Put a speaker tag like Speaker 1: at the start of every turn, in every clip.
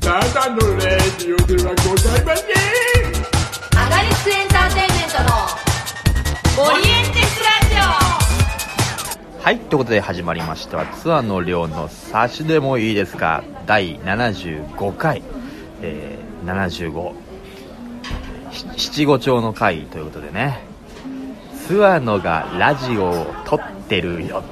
Speaker 1: ただのレディオではございません
Speaker 2: アガリスクエンターテインメントのオリエンテスラ
Speaker 3: はい、ということで始まりましたツアーの量の差しでもいいですか第75回、えー、75ひ七五調の回ということでねツアーのがラジオを撮ってるよ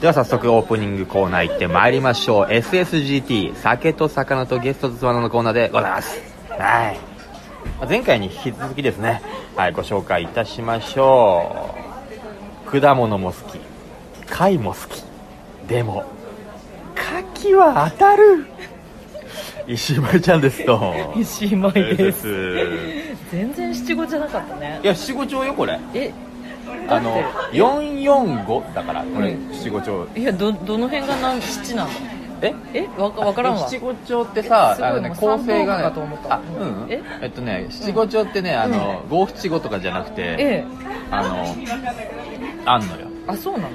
Speaker 3: では早速オープニングコーナー行ってまいりましょう SSGT 酒と魚とゲストとツアーのコーナーでございますはいまあ前回に引き続きですね、はい、ご紹介いたしましょう果物も好き貝も好きでも牡蠣は当たる石丸ちゃんですと
Speaker 4: 石井舞で
Speaker 3: です
Speaker 4: す 全然七五じゃなかったね
Speaker 3: いや七五調よこれ
Speaker 4: えだ
Speaker 3: あ
Speaker 4: っ
Speaker 3: の
Speaker 4: て
Speaker 3: 445だからこれ
Speaker 4: うん
Speaker 3: 七五調
Speaker 4: いやどどの辺が何七なの
Speaker 3: え
Speaker 4: えわかわからんわ
Speaker 3: 七五調ってさ
Speaker 4: すごい
Speaker 3: あのね
Speaker 4: もう
Speaker 3: 構成がね
Speaker 4: 三本かと思った
Speaker 3: あうん
Speaker 4: え
Speaker 3: えっとね七五調ってねあの五七五とかじゃなくて
Speaker 4: ええ
Speaker 3: あのあんのよ
Speaker 4: あそうなの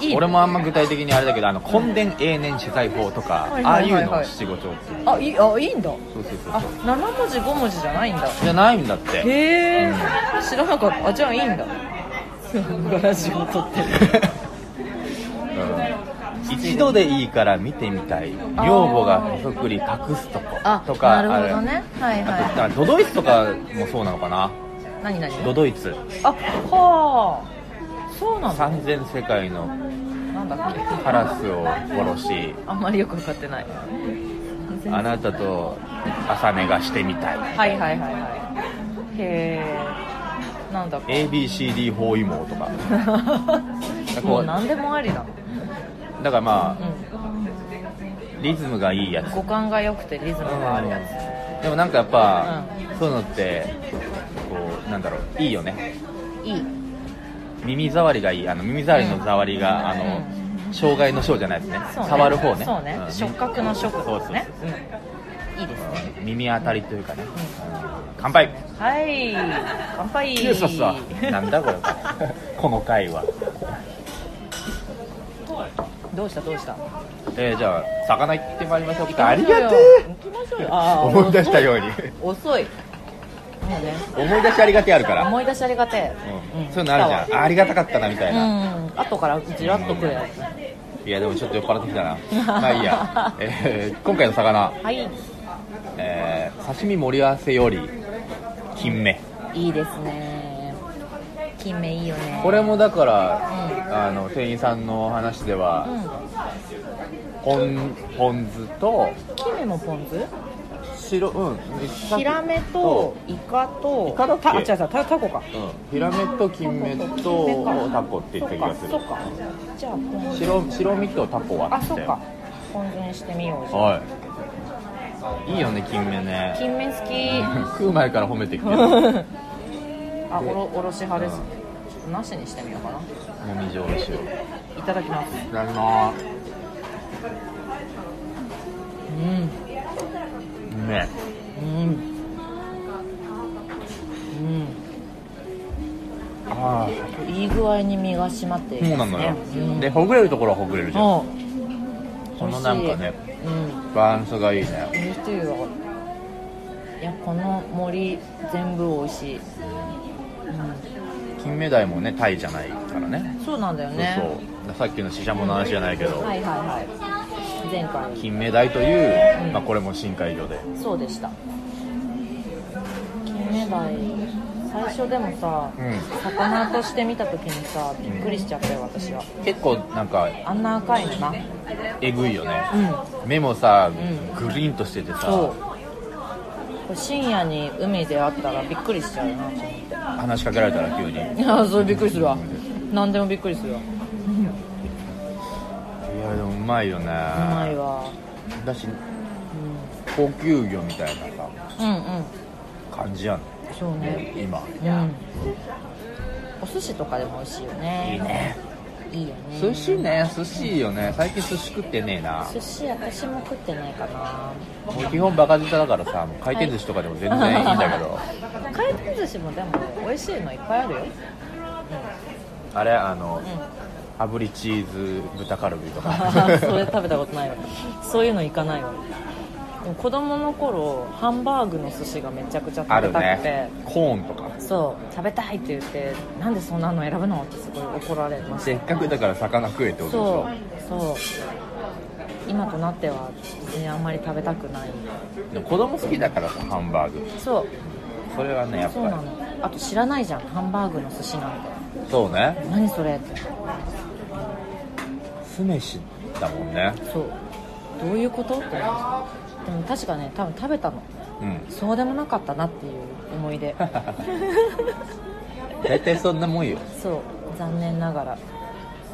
Speaker 4: いい
Speaker 3: 俺もあんま具体的にあれだけどあの墾田永年謝罪法とか
Speaker 4: はい
Speaker 3: ああ
Speaker 4: はいいは
Speaker 3: う
Speaker 4: いは
Speaker 3: の
Speaker 4: い
Speaker 3: を七五調っていう
Speaker 4: あいいあいいんだ
Speaker 3: そうそうそう
Speaker 4: あ
Speaker 3: そう
Speaker 4: 七文字五文字じゃないんだ
Speaker 3: じゃないんだって
Speaker 4: へえ知らなかったあじゃあいいんだラジオ撮ってる
Speaker 3: うん一度でいいから見てみたい女房がへそくり隠すとこ
Speaker 4: あ
Speaker 3: とか
Speaker 4: なるほどねはい
Speaker 3: あれあと
Speaker 4: は
Speaker 3: なんかドドイツとかもそうなのかない
Speaker 4: 何何
Speaker 3: ドドイツ
Speaker 4: あはあそうなんだ
Speaker 3: 三千世界の
Speaker 4: なんだっけ
Speaker 3: カラスを殺し
Speaker 4: あんまりよくわかってない
Speaker 3: あなたと朝寝がしてみたい
Speaker 4: はいはいはいはいへえなんだか
Speaker 3: ABCD 包囲網とか
Speaker 4: もう何でもありだ、
Speaker 3: だからま
Speaker 4: う
Speaker 3: あリズムがいいやつ
Speaker 4: ん、五感が良くてリズムがあるやつ
Speaker 3: でもなんかやっぱ、そういうのってこうなんだろういいよね
Speaker 4: いい
Speaker 3: 耳障りがいいあの耳障りの触りが、あの障害の障じゃないですね
Speaker 4: そうね
Speaker 3: 触る方ね
Speaker 4: そうね、
Speaker 3: ん
Speaker 4: 触覚の触
Speaker 3: そう
Speaker 4: と
Speaker 3: そう
Speaker 4: か
Speaker 3: そう
Speaker 4: ねうんいいですね
Speaker 3: うん耳当たりというかね、乾杯
Speaker 4: はい乾杯
Speaker 3: よいしょっすわ なんだこれこの回は
Speaker 4: どうしたどうした
Speaker 3: えー、じゃあ魚行ってまいりましょうかありがて
Speaker 4: 行きましょうよあ
Speaker 3: え
Speaker 4: ー
Speaker 3: 思い出したように
Speaker 4: 遅いもうね
Speaker 3: 思い出しありがてえあるから、
Speaker 4: 思い出しありがて
Speaker 3: うんそういうのあるじゃんあありがたかったなみたい
Speaker 4: えう
Speaker 3: な、
Speaker 4: ん後からじらっとくるやつ
Speaker 3: いやでもちょっと酔っ払ってきたなまあいいや、えー今回の魚、
Speaker 4: はい
Speaker 3: えー刺身盛り合わせより金目
Speaker 4: いいですね金目いいよね
Speaker 3: これもだから
Speaker 4: うん
Speaker 3: あの店員さんの話では、
Speaker 4: う
Speaker 3: ポンポン酢と
Speaker 4: ん、キメのポン酢
Speaker 3: 白うん
Speaker 4: ヒラメとイカと
Speaker 3: イカだっけ
Speaker 4: たあ違う違うタタコか
Speaker 3: うん、ヒラメと金目とタコって言った気がする
Speaker 4: そっかそっかじゃあポン酢
Speaker 3: 白白身とタコは
Speaker 4: あそっかポン酢にしてみようじゃあ
Speaker 3: はいいいよね金目ね
Speaker 4: 金目好 き
Speaker 3: 食う前から褒めてき てるも
Speaker 4: あおろおろし派ですなしにしてみようかな
Speaker 3: みじおろしを
Speaker 4: いただきます
Speaker 3: いただきま
Speaker 4: うん
Speaker 3: すうめえ
Speaker 4: うんう
Speaker 3: あ
Speaker 4: んいい具合に身が締まってい
Speaker 3: あ
Speaker 4: る
Speaker 3: そうなのよ、
Speaker 4: うん、
Speaker 3: でほぐれるところはほぐれるじゃん
Speaker 4: うん
Speaker 3: このなんかね
Speaker 4: 美味しいうん
Speaker 3: バランスがいいね
Speaker 4: 美味しいよいやこの森全部美味しい、
Speaker 3: 金目鯛もねタイじゃないからね
Speaker 4: そうなんだよ
Speaker 3: そう
Speaker 4: ね
Speaker 3: そうさっきのししゃもの話じゃないけど、
Speaker 4: はいはいはい前回
Speaker 3: 金目鯛という、
Speaker 4: うん
Speaker 3: まあ、これも深海魚で
Speaker 4: そうでした金目鯛最初でもさ、
Speaker 3: うん
Speaker 4: 魚として見た時にさびっくりしちゃったよ私は
Speaker 3: 結構なんか
Speaker 4: あんな赤いのな
Speaker 3: えぐいよね
Speaker 4: うん
Speaker 3: 目もさ、
Speaker 4: ん
Speaker 3: グリーンとしてて
Speaker 4: そ
Speaker 3: さ
Speaker 4: うこれ深夜に海で会ったらびっくりしちゃうよなと思って
Speaker 3: 話しかけられたら急にいや
Speaker 4: いやそれびっくりするわ何でもびっくりするわう
Speaker 3: でもうまいよねう
Speaker 4: まいわ
Speaker 3: だし高級魚みたいなさ
Speaker 4: うんうん
Speaker 3: 感じやね
Speaker 4: そうね
Speaker 3: 今
Speaker 4: うんお寿司とかでも美味しいよね
Speaker 3: いいね
Speaker 4: いいよね
Speaker 3: 寿司ね寿司いいよね最近寿司食ってねえな
Speaker 4: 寿司私も食ってないかな
Speaker 3: もう基本バカ舌だからさもう回転寿司とかでも全然いいんだけど、
Speaker 4: 回 転寿司もでも美味しいのいっぱいあるよ
Speaker 3: あれあの、
Speaker 4: う
Speaker 3: 炙りチーズ豚カルビとか
Speaker 4: あ ーそれ食べたことないわそういうの行かないわでも子供の頃ハンバーグの寿司がめちゃくちゃ
Speaker 3: あ
Speaker 4: 食べ
Speaker 3: る
Speaker 4: たくて、
Speaker 3: ねコーンとか
Speaker 4: そう食べたいって言ってなんでそんなの選ぶのってすごい怒られました
Speaker 3: せっかくだから魚食えってことでし
Speaker 4: そ
Speaker 3: ょ
Speaker 4: うそう今となっては別にあんまり食べたくない
Speaker 3: でも子供好きだからさハンバーグ
Speaker 4: そう
Speaker 3: それはねやっぱ
Speaker 4: そう
Speaker 3: り
Speaker 4: なのあと知らないじゃんハンバーグの寿司なんて
Speaker 3: そうね
Speaker 4: 何それって
Speaker 3: 酢飯だもんね
Speaker 4: そうどういうことって思ってでも確かね多分食べたの
Speaker 3: うん
Speaker 4: そうでもなかったなっていう 思い出
Speaker 3: 大体そんなもんよ
Speaker 4: そう残念ながら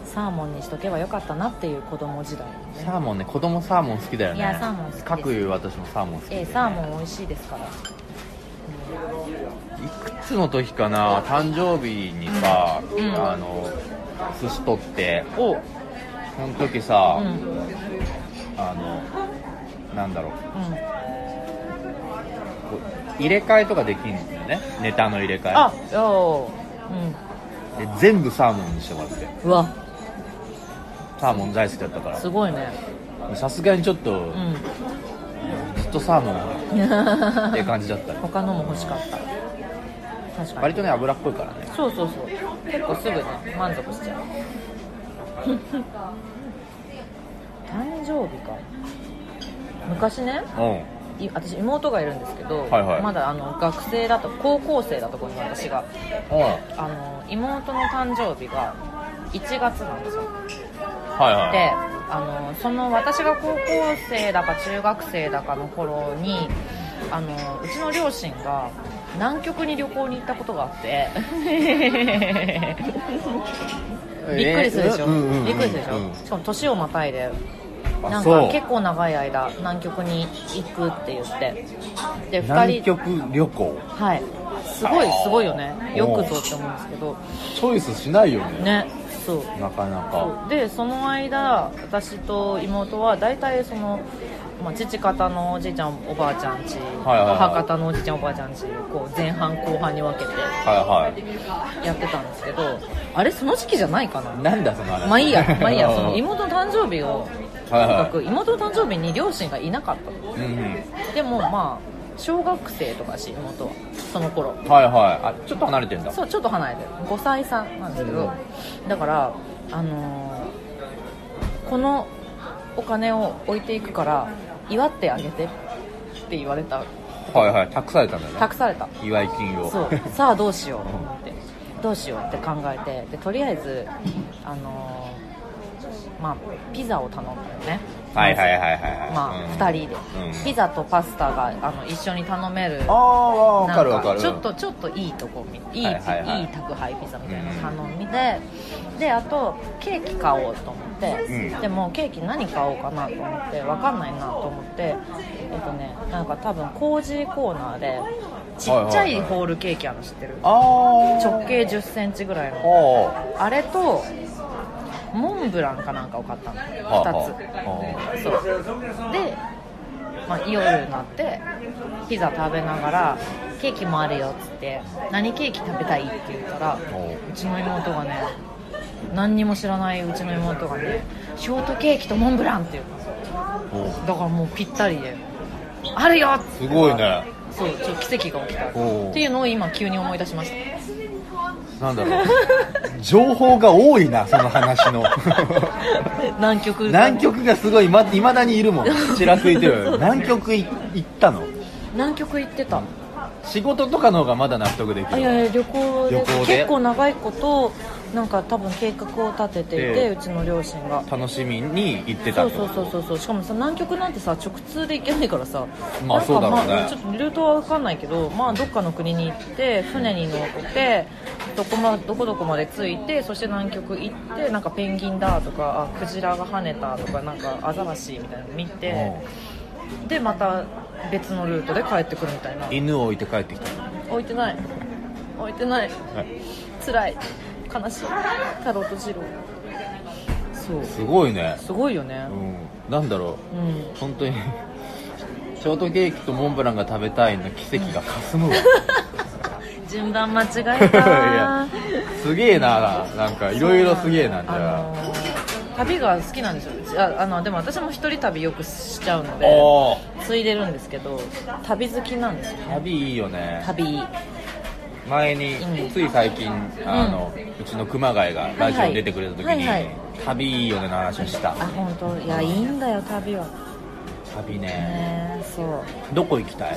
Speaker 4: サーモンにしとけばよかったなっていう子供時代
Speaker 3: サーモンね子供サーモン好きだよね
Speaker 4: いやサーモン好きです
Speaker 3: 各言う私もサーモン好きで、
Speaker 4: えーサーモン美味しいですから
Speaker 3: いくつの時かな誕生日にさ、
Speaker 4: うん
Speaker 3: あの寿司取ってそ
Speaker 4: お
Speaker 3: の時さ、
Speaker 4: うんうん
Speaker 3: あのなんだろうこう入れ替えとかできるんだよねネタの入れ替
Speaker 4: あおうん
Speaker 3: えで全部サーモンにしてもらって
Speaker 4: うわ
Speaker 3: サーモン大好きだったか
Speaker 4: すごいね
Speaker 3: らさすがにちょっと、
Speaker 4: う
Speaker 3: ずっとサーモン
Speaker 4: ん
Speaker 3: って感じだったね
Speaker 4: 他のも欲しかった確か
Speaker 3: 割
Speaker 4: に
Speaker 3: とね脂っこいからね
Speaker 4: そうそうそう結構すぐね満足しちゃう 誕生日か昔ね
Speaker 3: う
Speaker 4: い私妹がいるんですけど、
Speaker 3: はいはい
Speaker 4: まだあの学生だと高校生だとこに私が
Speaker 3: んうん
Speaker 4: あの妹の誕生日が1月なんですよ
Speaker 3: はいはい
Speaker 4: であのその私が高校生だか中学生だかの頃にあのうちの両親が南極に旅行に行ったことがあってびっくりするでしょ、
Speaker 3: えうんうんうん
Speaker 4: びっくりするでしょ、
Speaker 3: うん
Speaker 4: しかも年をまたいで
Speaker 3: あ
Speaker 4: なん
Speaker 3: そう
Speaker 4: か結構長い間南極に行くって言ってで2
Speaker 3: 南
Speaker 4: 人
Speaker 3: 極旅行
Speaker 4: はいすごいすごいよねよくぞって思うんですけど
Speaker 3: チョイスしないよね
Speaker 4: ねそう
Speaker 3: なかなか
Speaker 4: そうでその間私と妹は大体その、まあ、父方のおじいちゃんおばあちゃんち、
Speaker 3: はいはいはい
Speaker 4: 母方のおじいちゃんおばあちゃんちこう前半後半に分けて
Speaker 3: はい
Speaker 4: やってたんですけどあれその時期じゃないかな
Speaker 3: はいなんだその話
Speaker 4: まあいいやまあいいやその
Speaker 3: 今
Speaker 4: 妹の誕生日をと
Speaker 3: はい
Speaker 4: に
Speaker 3: は
Speaker 4: か
Speaker 3: い
Speaker 4: く妹の誕生日に両親がいなかったの
Speaker 3: うんうん
Speaker 4: でもまあ小学生とかし妹はその頃
Speaker 3: はいはいあちょっと離れてんだ
Speaker 4: そうちょっと離れてる5歳差なんですけど、だからあのーこのお金を置いていくから祝ってあげてって言われた
Speaker 3: はいはい託されたんだよね
Speaker 4: 託された
Speaker 3: 祝い金を
Speaker 4: そうさあどうしようと思ってどうしようって考えてでとりあえずあのーまあピザを頼んだよね
Speaker 3: はいはいはいはいはい
Speaker 4: ま
Speaker 3: うん
Speaker 4: あ、2人で、
Speaker 3: うん
Speaker 4: ピザとパスタがあの一緒に頼める
Speaker 3: ああわ
Speaker 4: な
Speaker 3: か
Speaker 4: ん
Speaker 3: るわかる
Speaker 4: ちょっとちょっといいとこみいい,、
Speaker 3: はいいはいはい
Speaker 4: い、宅配ピザみたいなの頼みで、であとケーキ買おうと思って、
Speaker 3: うん
Speaker 4: でもケーキ何買おうかなと思って分かんないなと思ってえっとねなんか多分工事コーナーでちっちゃ
Speaker 3: はいはい
Speaker 4: い
Speaker 3: はい
Speaker 4: ホールケーキあるの知ってる、
Speaker 3: ああ
Speaker 4: 直径1 0センチぐらい
Speaker 3: お
Speaker 4: の
Speaker 3: お
Speaker 4: あれとモンブランかなんかを買ったの2つ、そうで、まあ、夜になってピザ食べながらケーキもあるよっつって何ケーキ食べたいって言ったら
Speaker 3: おう
Speaker 4: うちの妹がね何にも知らないうちの妹がねショートケーキとモンブランって言う
Speaker 3: お
Speaker 4: の
Speaker 3: う
Speaker 4: だからもうぴったりであるよっつっ
Speaker 3: す
Speaker 4: て
Speaker 3: ごいね
Speaker 4: そうちょっと奇跡が起きた
Speaker 3: おう
Speaker 4: っていうのを今急に思い出しました
Speaker 3: なんだろう情報が多いなその話 の
Speaker 4: 南極
Speaker 3: 南極がすごいま未だにいるもんちらついてる南極い行ったの
Speaker 4: 南極行ってた
Speaker 3: 仕事とかの方がまだ納得でき
Speaker 4: あいや
Speaker 3: る
Speaker 4: いや旅行で
Speaker 3: 旅行で
Speaker 4: 結構長いことなんか多分計画を立てていて、
Speaker 3: ええ
Speaker 4: うちの両親が
Speaker 3: 楽しみに行ってた
Speaker 4: そ
Speaker 3: っ
Speaker 4: う
Speaker 3: て
Speaker 4: そ
Speaker 3: こ
Speaker 4: う
Speaker 3: と
Speaker 4: そうそうそうしかもさ南極なんてさ直通で行けないからさ
Speaker 3: まあ
Speaker 4: なんか
Speaker 3: そうだろうね
Speaker 4: まあちょっとルートは分かんないけどまあどっかの国に行って船に乗ってどこ,、ま、どこどこまで着いてそして南極行ってなんかペンギンだとかあクジラが跳ねたとかなんかアザラシみたいなの見てでまた別のルートで帰ってくるみたいな
Speaker 3: うん犬を置いて帰ってきた
Speaker 4: 置いてない置いてない辛い悲しい太郎と次郎そう
Speaker 3: すごいね
Speaker 4: すごいよね
Speaker 3: うんなんだろ
Speaker 4: う
Speaker 3: う本当に ショートケーキとモンブランが食べたいの奇跡がかすむわ、
Speaker 4: ん順番間違え
Speaker 3: いや
Speaker 4: た
Speaker 3: すげえななんかいろいろすげえなじ
Speaker 4: あ
Speaker 3: ゃ
Speaker 4: のー旅が好きなんですようちああのでも私も一人旅よくしちゃうの
Speaker 3: あ
Speaker 4: で
Speaker 3: おお
Speaker 4: ついでるんですけど旅好きなんですよね
Speaker 3: 旅いいよね
Speaker 4: 旅
Speaker 3: 前に
Speaker 4: うん
Speaker 3: つい最近あの、うちの熊谷がラジオに出てくれた時に、
Speaker 4: はいはい
Speaker 3: 旅いいよねの話をした
Speaker 4: あ本当いやいいんだよ旅は
Speaker 3: 旅ね
Speaker 4: ねそう
Speaker 3: どこ行きたい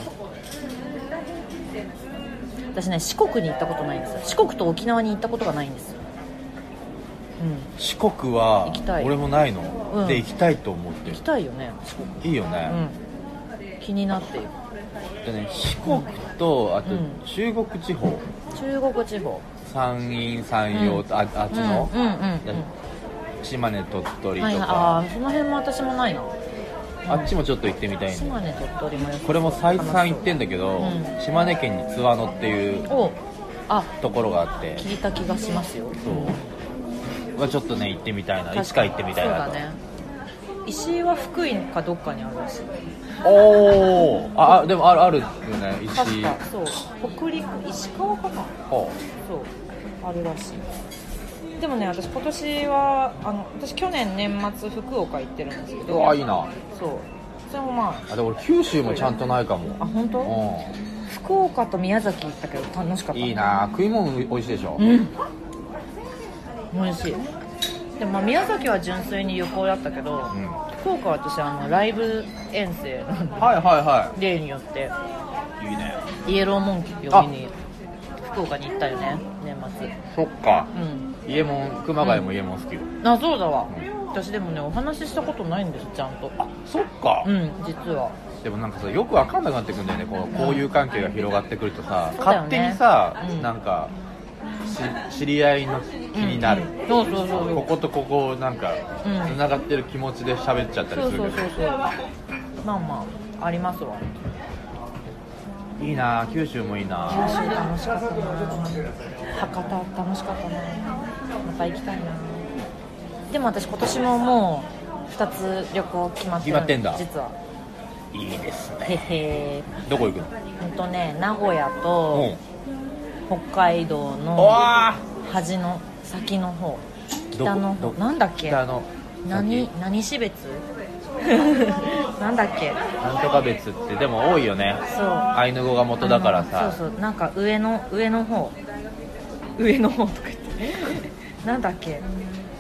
Speaker 4: 私ね四国に行ったことないんですよ四国と沖縄に行ったことがないんですようん
Speaker 3: 四国は
Speaker 4: 行きたい
Speaker 3: 俺もないの、
Speaker 4: うん
Speaker 3: で行きたいと思って
Speaker 4: 行きたいよね四国
Speaker 3: るいいよね、
Speaker 4: うん気になっている
Speaker 3: でね四国とあと
Speaker 4: うん
Speaker 3: 中国地方、
Speaker 4: 中国地方
Speaker 3: 山陰山陽と、ああっちの、
Speaker 4: うんうんうんうん
Speaker 3: 島根鳥取とか、
Speaker 4: はいはいああーその辺も私もないな
Speaker 3: あっちもちょっと行ってみたいんだ
Speaker 4: 島根鳥取もよく
Speaker 3: これも再三行ってんだけど、
Speaker 4: うん
Speaker 3: 島根県に津和野っていう
Speaker 4: おあ
Speaker 3: ところがあって
Speaker 4: 聞いた気がしますよ
Speaker 3: そうはちょっとね行ってみたいな
Speaker 4: 確
Speaker 3: いつか行ってみたいなと、
Speaker 4: そうだね石井は福井かどっかにあるらしい
Speaker 3: おおああでもあるあるよね石
Speaker 4: 確かそう北陸石川かな
Speaker 3: ほ
Speaker 4: そうあるらしいでもね私今年はあの私去年年末福岡行ってるんですけ
Speaker 3: うう
Speaker 4: ど
Speaker 3: わいいな
Speaker 4: そうそれもまあ
Speaker 3: あでも俺九州もちゃんとないか
Speaker 4: あ
Speaker 3: も
Speaker 4: 本当福岡と宮崎行ったけど楽しかっ
Speaker 3: うん
Speaker 4: た
Speaker 3: いいな食い物美味しいでしょ、
Speaker 4: うん美味しいでもまあ宮崎は純粋に旅行だったけど、
Speaker 3: うん
Speaker 4: 福岡は私あのライブ遠征の
Speaker 3: はいは
Speaker 4: 例によっ
Speaker 3: い
Speaker 4: て
Speaker 3: はいいいね
Speaker 4: イエローモンキーを見に福岡に行ったよね年末
Speaker 3: そっか
Speaker 4: うん
Speaker 3: 家も熊谷も家も好きよ、
Speaker 4: あそうだわ
Speaker 3: うん
Speaker 4: 私でもねお話ししたことないんですちゃんと
Speaker 3: あそっか、
Speaker 4: うん実は
Speaker 3: でもなんかさよくわかんなくなってくんだよねこう交友関係が広がってくるとさ、
Speaker 4: そうだよね
Speaker 3: 勝手にさ、
Speaker 4: うん
Speaker 3: なんかし知り合いの気になる、
Speaker 4: うんそうそうそう
Speaker 3: こことここなんかつ
Speaker 4: うん
Speaker 3: ながってる気持ちで喋っちゃったり
Speaker 4: そう
Speaker 3: する
Speaker 4: そう
Speaker 3: け
Speaker 4: そうそうまあまあありますわ
Speaker 3: どいいなあ九州もいいな
Speaker 4: 九
Speaker 3: あ
Speaker 4: 州楽しかったな博多楽しかったなまた行きたいなでも私今年ももう2つ旅行決まってる
Speaker 3: 決まってんだ
Speaker 4: 実はい
Speaker 3: いですね
Speaker 4: へへ
Speaker 3: どこ行くの
Speaker 4: えほんとね名古屋と北海道
Speaker 3: お
Speaker 4: の
Speaker 3: わ
Speaker 4: 端の先の方
Speaker 3: ど
Speaker 4: 北の
Speaker 3: ど
Speaker 4: 方なんだっけ
Speaker 3: 北の
Speaker 4: 何何市別 なんだっけ
Speaker 3: なんとか別ってでも多いよね
Speaker 4: そう
Speaker 3: アイヌ語が元だから
Speaker 4: あの
Speaker 3: さ
Speaker 4: そうそうなんか上の上の方上の方とか言って なんだっけ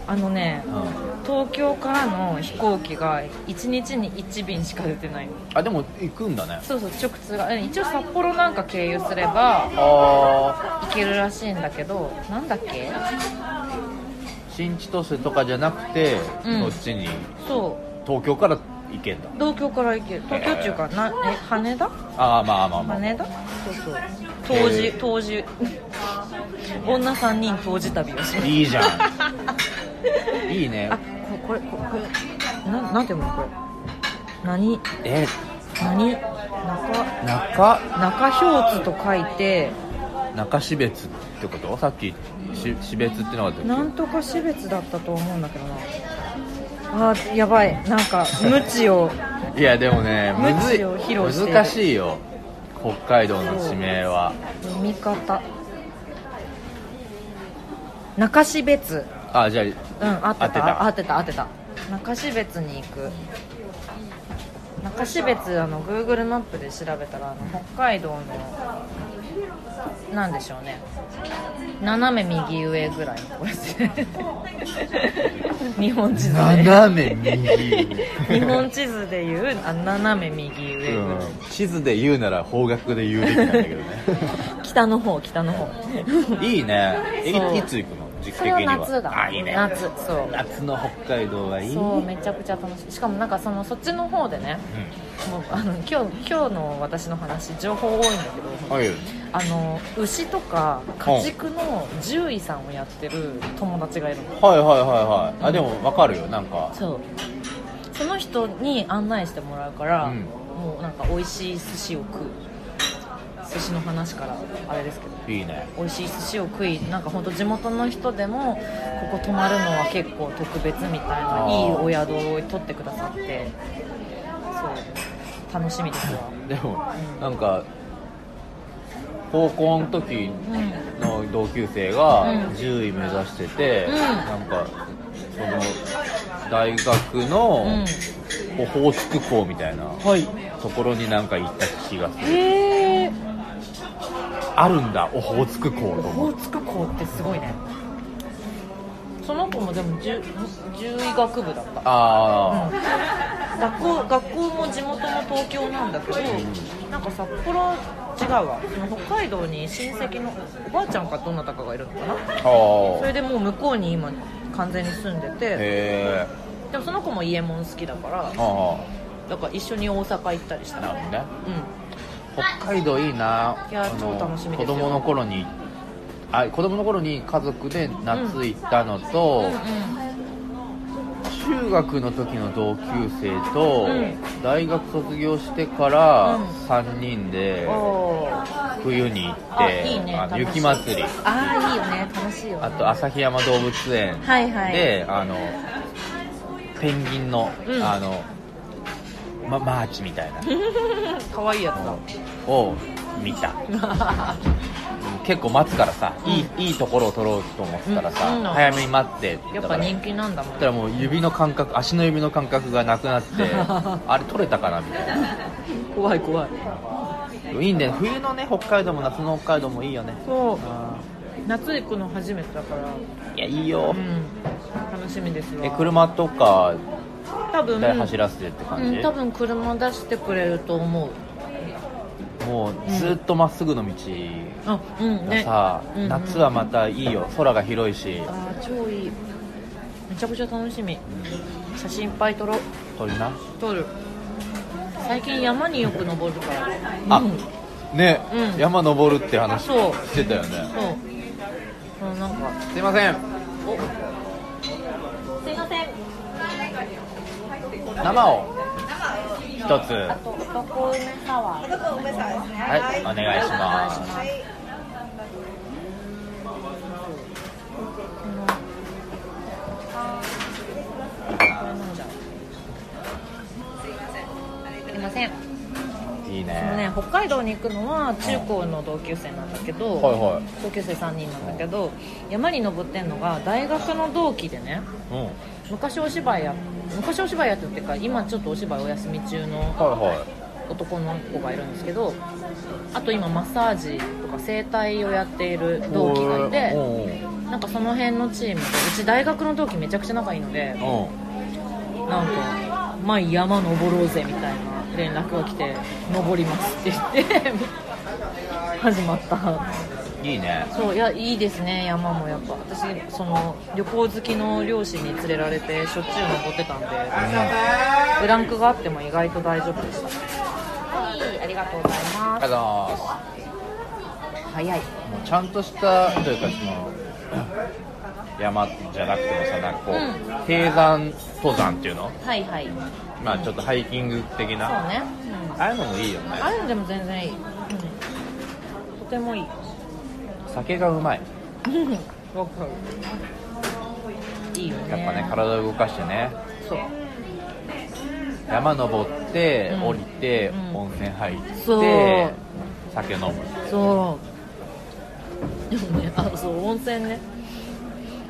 Speaker 4: あのね
Speaker 3: うん
Speaker 4: 東京からの飛行機が1日に1便しか出てない
Speaker 3: あでも行くんだね
Speaker 4: そうそう直通がえ一応札幌なんか経由すれば
Speaker 3: ああ
Speaker 4: 行けるらしいんだけどなんだっけ
Speaker 3: 新千歳とかじゃなくて、
Speaker 4: うん
Speaker 3: そっちに
Speaker 4: そう
Speaker 3: 東京から行けんだ
Speaker 4: 東京から行ける東京っていうかなえ羽田
Speaker 3: ああまあまあまあ、
Speaker 4: 羽田そうそう当時当時 女3人当時旅をしました
Speaker 3: いいじゃ んいいね
Speaker 4: あ、ここれ、ここれ、なん、なんていうの、これ。何、
Speaker 3: え
Speaker 4: 何、中、
Speaker 3: 中
Speaker 4: 中表津と書いて、
Speaker 3: 中標別ってことさっきし標別ってのがあったっけ
Speaker 4: なんとか私別だったと思うんだけどな。あー、やばい、なんか、無知を、
Speaker 3: いやでもねむずい
Speaker 4: 無知を披露している
Speaker 3: 難しいよ北海道の地名は
Speaker 4: 読み方。中標別。
Speaker 3: あじゃ
Speaker 4: うん、合ってた、合
Speaker 3: 合
Speaker 4: ってた、合ってた。中標別に行く。中標別、あの、グーグルマップで調べたら、あの、北海道の。なんでしょうね。斜め右上ぐらいのところですね。日本地図
Speaker 3: あ
Speaker 4: で。
Speaker 3: 斜め右
Speaker 4: 日本地図でいう、あ、斜め右上ぐらい。
Speaker 3: うん地図で言うなら方角で言うべきなんだけ ど
Speaker 4: 北の方、北の方。
Speaker 3: ねいいねえ
Speaker 4: そう
Speaker 3: いいつ行くの時期
Speaker 4: そ
Speaker 3: 的
Speaker 4: れは
Speaker 3: には
Speaker 4: 夏だ。
Speaker 3: あいいね
Speaker 4: 夏、そう。
Speaker 3: 夏の北海道はいい
Speaker 4: そう、めちゃくちゃ楽しい。しかも、なんか、その、そっちの方でね。もうあの今日今日の私の話情報多いんだけ
Speaker 3: うん
Speaker 4: ど、
Speaker 3: はい
Speaker 4: あの牛とか家畜の獣医さんをやってる友達がいるの
Speaker 3: はいはいはいはいあでも分かるよなんか
Speaker 4: そうその人に案内してもらうから、
Speaker 3: うん
Speaker 4: もうなんか美味しい寿司を食う寿司の話からあれですけど
Speaker 3: いいね
Speaker 4: 美味しい寿司を食いなんか本当地元の人でもここ泊まるのは結構特別みたい
Speaker 3: あ
Speaker 4: な
Speaker 3: ー
Speaker 4: いいお宿を取ってくださってそう楽しみですわ
Speaker 3: でもなんか高校の時
Speaker 4: うん
Speaker 3: の同級生が
Speaker 4: うん
Speaker 3: 10位目指してて、
Speaker 4: うん
Speaker 3: なんかその大学のオホーツク校みたいな
Speaker 4: はい
Speaker 3: ところになんか行った気がする
Speaker 4: へえ
Speaker 3: あるんだオホーツク校と
Speaker 4: オ
Speaker 3: 思
Speaker 4: ホ
Speaker 3: っ
Speaker 4: ーツク校ってすごいねその子もでも獣獣医学部だった
Speaker 3: あ
Speaker 4: うん学校学校も地元も東京なんだけど、なんか札幌違うわその北海道に親戚のおばあちゃんかどなたかがいるのかな
Speaker 3: ー、あ
Speaker 4: そ
Speaker 3: あ
Speaker 4: れでもう向こうに今完全に住んでて
Speaker 3: へえ
Speaker 4: でもその子も伊右衛門好きだから
Speaker 3: あ
Speaker 4: だから一緒に大阪行ったりし
Speaker 3: あ
Speaker 4: た
Speaker 3: なるほど
Speaker 4: ら
Speaker 3: ね
Speaker 4: う
Speaker 3: 北海道いいない
Speaker 4: や
Speaker 3: あの
Speaker 4: 超楽しみ
Speaker 3: 子
Speaker 4: ですよ
Speaker 3: 供の頃にあ子供の頃に家族で夏行ったのと、
Speaker 4: んうんうん
Speaker 3: 中学の時の同級生と、
Speaker 4: うん
Speaker 3: 大学卒業してから
Speaker 4: うん
Speaker 3: 3人で
Speaker 4: おー
Speaker 3: 冬に行って、
Speaker 4: あいいね
Speaker 3: あの
Speaker 4: 楽しい
Speaker 3: 雪祭り
Speaker 4: ああいいよね楽しいよね
Speaker 3: あと旭山動物園で、
Speaker 4: はいはい
Speaker 3: あのペンギンの、
Speaker 4: うん
Speaker 3: あのまマーチみたいな
Speaker 4: 可愛いやつだ
Speaker 3: のを見た結構待つからさ、いいいいところを取ろうと思ってたらさ、
Speaker 4: うんうん
Speaker 3: 早めに待って
Speaker 4: や
Speaker 3: だ
Speaker 4: っ
Speaker 3: か
Speaker 4: ぱ
Speaker 3: ら
Speaker 4: 人気なんだもん
Speaker 3: そしたらもう指の感覚足の指の感覚がなくなって あれ取れたかなみたいな
Speaker 4: 怖い怖い
Speaker 3: いいんだよ冬のね北海道も夏の北海道もいいよね
Speaker 4: そう夏行くの初めてだから
Speaker 3: いやいいよ
Speaker 4: う、ん楽しみですよ
Speaker 3: え車とか
Speaker 4: 多分
Speaker 3: で走らせてって感じ、
Speaker 4: うん、多分車出してくれると思う
Speaker 3: もうずっとまっすぐの道
Speaker 4: あうん
Speaker 3: が
Speaker 4: ね
Speaker 3: さ、
Speaker 4: うんうん
Speaker 3: 夏はまたいいよ空が広いし
Speaker 4: あー超いいめちゃくちゃ楽しみ写真いっぱい撮ろう
Speaker 3: これな
Speaker 4: 撮る最近山によく登るから
Speaker 3: あ
Speaker 4: うん、
Speaker 3: ね、
Speaker 4: うん
Speaker 3: 山登るって話
Speaker 4: そう
Speaker 3: してたよね
Speaker 4: そううんなんか
Speaker 3: すいません
Speaker 2: すいません
Speaker 3: 生を一つ
Speaker 2: と男梅サワー
Speaker 3: はいお願いします
Speaker 4: このこれ飲んじゃうすいません
Speaker 3: いいね
Speaker 4: あのね、北海道に行くのは中高の同級生なんだけど、
Speaker 3: はいはい
Speaker 4: 同級生3人なんだけど山に登ってんのが大学の同期でね
Speaker 3: うんはい
Speaker 4: 昔お芝居や昔お芝居やってるっていうか今ちょっとお芝居お休み中の
Speaker 3: は
Speaker 4: 男の子がいるんですけどあと今マッサージとか整体をやっている
Speaker 3: い
Speaker 4: 同期がい
Speaker 3: お
Speaker 4: て
Speaker 3: うおう
Speaker 4: なんかその辺のチームでうち大学の同期めちゃくちゃ仲いいので
Speaker 3: おう
Speaker 4: なんか毎山登ろうぜみたいな連絡が来て登りますって言って始まった
Speaker 3: いいね
Speaker 4: そういやいいですね山もやっぱ私その旅行好きの両親に連れられてしょっちゅう登ってたんでブランクがあっても意外と大丈夫でしたはいありがとうござい
Speaker 3: あ
Speaker 4: ま
Speaker 3: りがとうございます
Speaker 4: 早い
Speaker 3: すもうちゃんとしたというかその山じゃなくてもさなんかこう、
Speaker 4: う
Speaker 3: 低山登山っていうの
Speaker 4: はいはいそう
Speaker 3: まあちょっとハイキング的な、
Speaker 4: ね、
Speaker 3: ああいうのもいいよ
Speaker 4: う
Speaker 3: ね
Speaker 4: ん、あるのでも全然いい、うん、とて もいい
Speaker 3: 酒がうまい
Speaker 4: わかるいいよね
Speaker 3: やっぱね体を動かしてね
Speaker 4: そう
Speaker 3: 山登って、
Speaker 4: うん
Speaker 3: 降りて、
Speaker 4: うん
Speaker 3: 温泉入っ
Speaker 4: そう
Speaker 3: て酒飲む
Speaker 4: そうでもねあそう温泉ね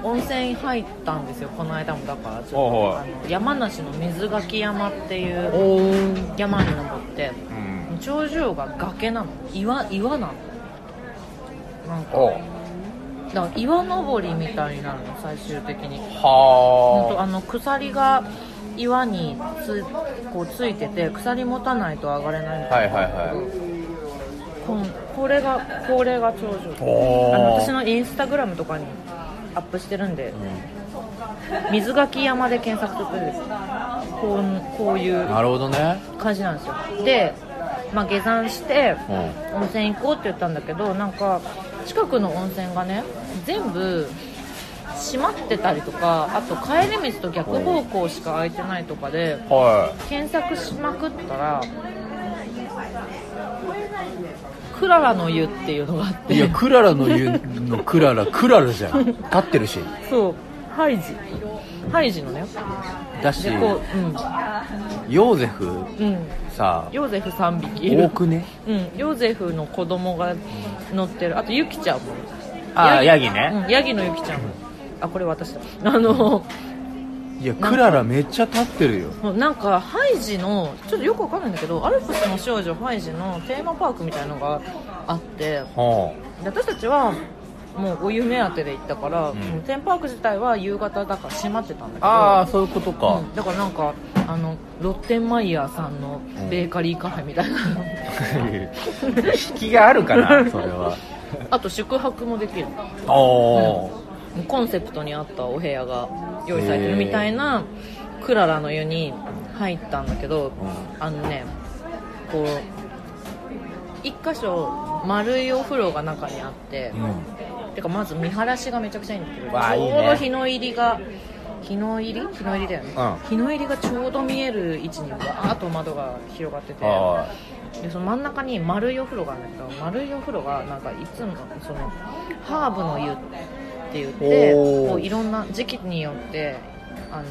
Speaker 4: 温泉入ったんですよこの間もだからちょっと
Speaker 3: はいは
Speaker 4: あ
Speaker 3: い
Speaker 4: の山梨の水垣山ってい
Speaker 3: お
Speaker 4: う
Speaker 3: お
Speaker 4: 山に登って
Speaker 3: うん
Speaker 4: 頂上が崖なの岩岩なのなんか
Speaker 3: おう
Speaker 4: だから岩登りみたいになるの最終的に本当
Speaker 3: は
Speaker 4: あの鎖が岩につこうついてて鎖持たないと上がれないみ
Speaker 3: あ
Speaker 4: たいな
Speaker 3: はいはいはい
Speaker 4: こんこれがこれが頂上
Speaker 3: おー
Speaker 4: あの私のインスタグラムとかにアップしてるんで、水垣山で検索すると出てくるこうこういう
Speaker 3: なるほどね
Speaker 4: 感じなんですよで、まあ、下山して
Speaker 3: うん
Speaker 4: 温泉行こうって言ったんだけどなんか近くの温泉がね全部閉まってたりとかあと帰り道と逆方向しか空いてないとかで
Speaker 3: は
Speaker 4: 検索しまくったらクララの湯っていうのがあって
Speaker 3: いいやクララの湯のクララクララじゃん立ってるし
Speaker 4: そうハイジハイジのね
Speaker 3: だし
Speaker 4: でこう、うん、
Speaker 3: ヨーゼフ
Speaker 4: うん
Speaker 3: さ
Speaker 4: ヨーゼフ3匹いる
Speaker 3: 多くね
Speaker 4: うん、ヨーゼフの子供が乗ってるあとユキちゃんも
Speaker 3: あーヤギ
Speaker 4: う
Speaker 3: ね、
Speaker 4: んヤギのユキちゃんもあこれ私だあの
Speaker 3: いやクララめっちゃ立ってるよ
Speaker 4: もうなんかハイジのちょっとよくわかんないんだけどアルプスの少女ハイジのテーマパークみたいのがあって
Speaker 3: ほ
Speaker 4: で私たちはもうお湯目当てで行ったから、
Speaker 3: ん
Speaker 4: もうテーマパーク自体は夕方だから閉まってたんだけ
Speaker 3: う
Speaker 4: ど
Speaker 3: ああそういうことか、
Speaker 4: うんだからなんかあのロッテンマイヤーさんのベーカリーカフェみた いな、
Speaker 3: 引きがあるか なそれは
Speaker 4: あと宿泊もできる
Speaker 3: おー
Speaker 4: コンセプトに合ったお部屋が用意されてるみたいなクララの湯に入ったんだけど、
Speaker 3: う
Speaker 4: あのねこう一箇所丸いお風呂が中にあって、てかまず見晴らしがめちゃくちゃいいんだけど
Speaker 3: わあ
Speaker 4: ち
Speaker 3: いい
Speaker 4: ょ
Speaker 3: ね
Speaker 4: うど日の入りが日の入り日の入りだよね、
Speaker 3: うん
Speaker 4: 日の入りがちょうど見える位置にわーっと窓が広がってて
Speaker 3: は
Speaker 4: でその真ん中に丸いお風呂があるんだけど丸いお風呂がなんかいつもそのハーブの湯って言って
Speaker 3: おー
Speaker 4: こういろんな時期によってあの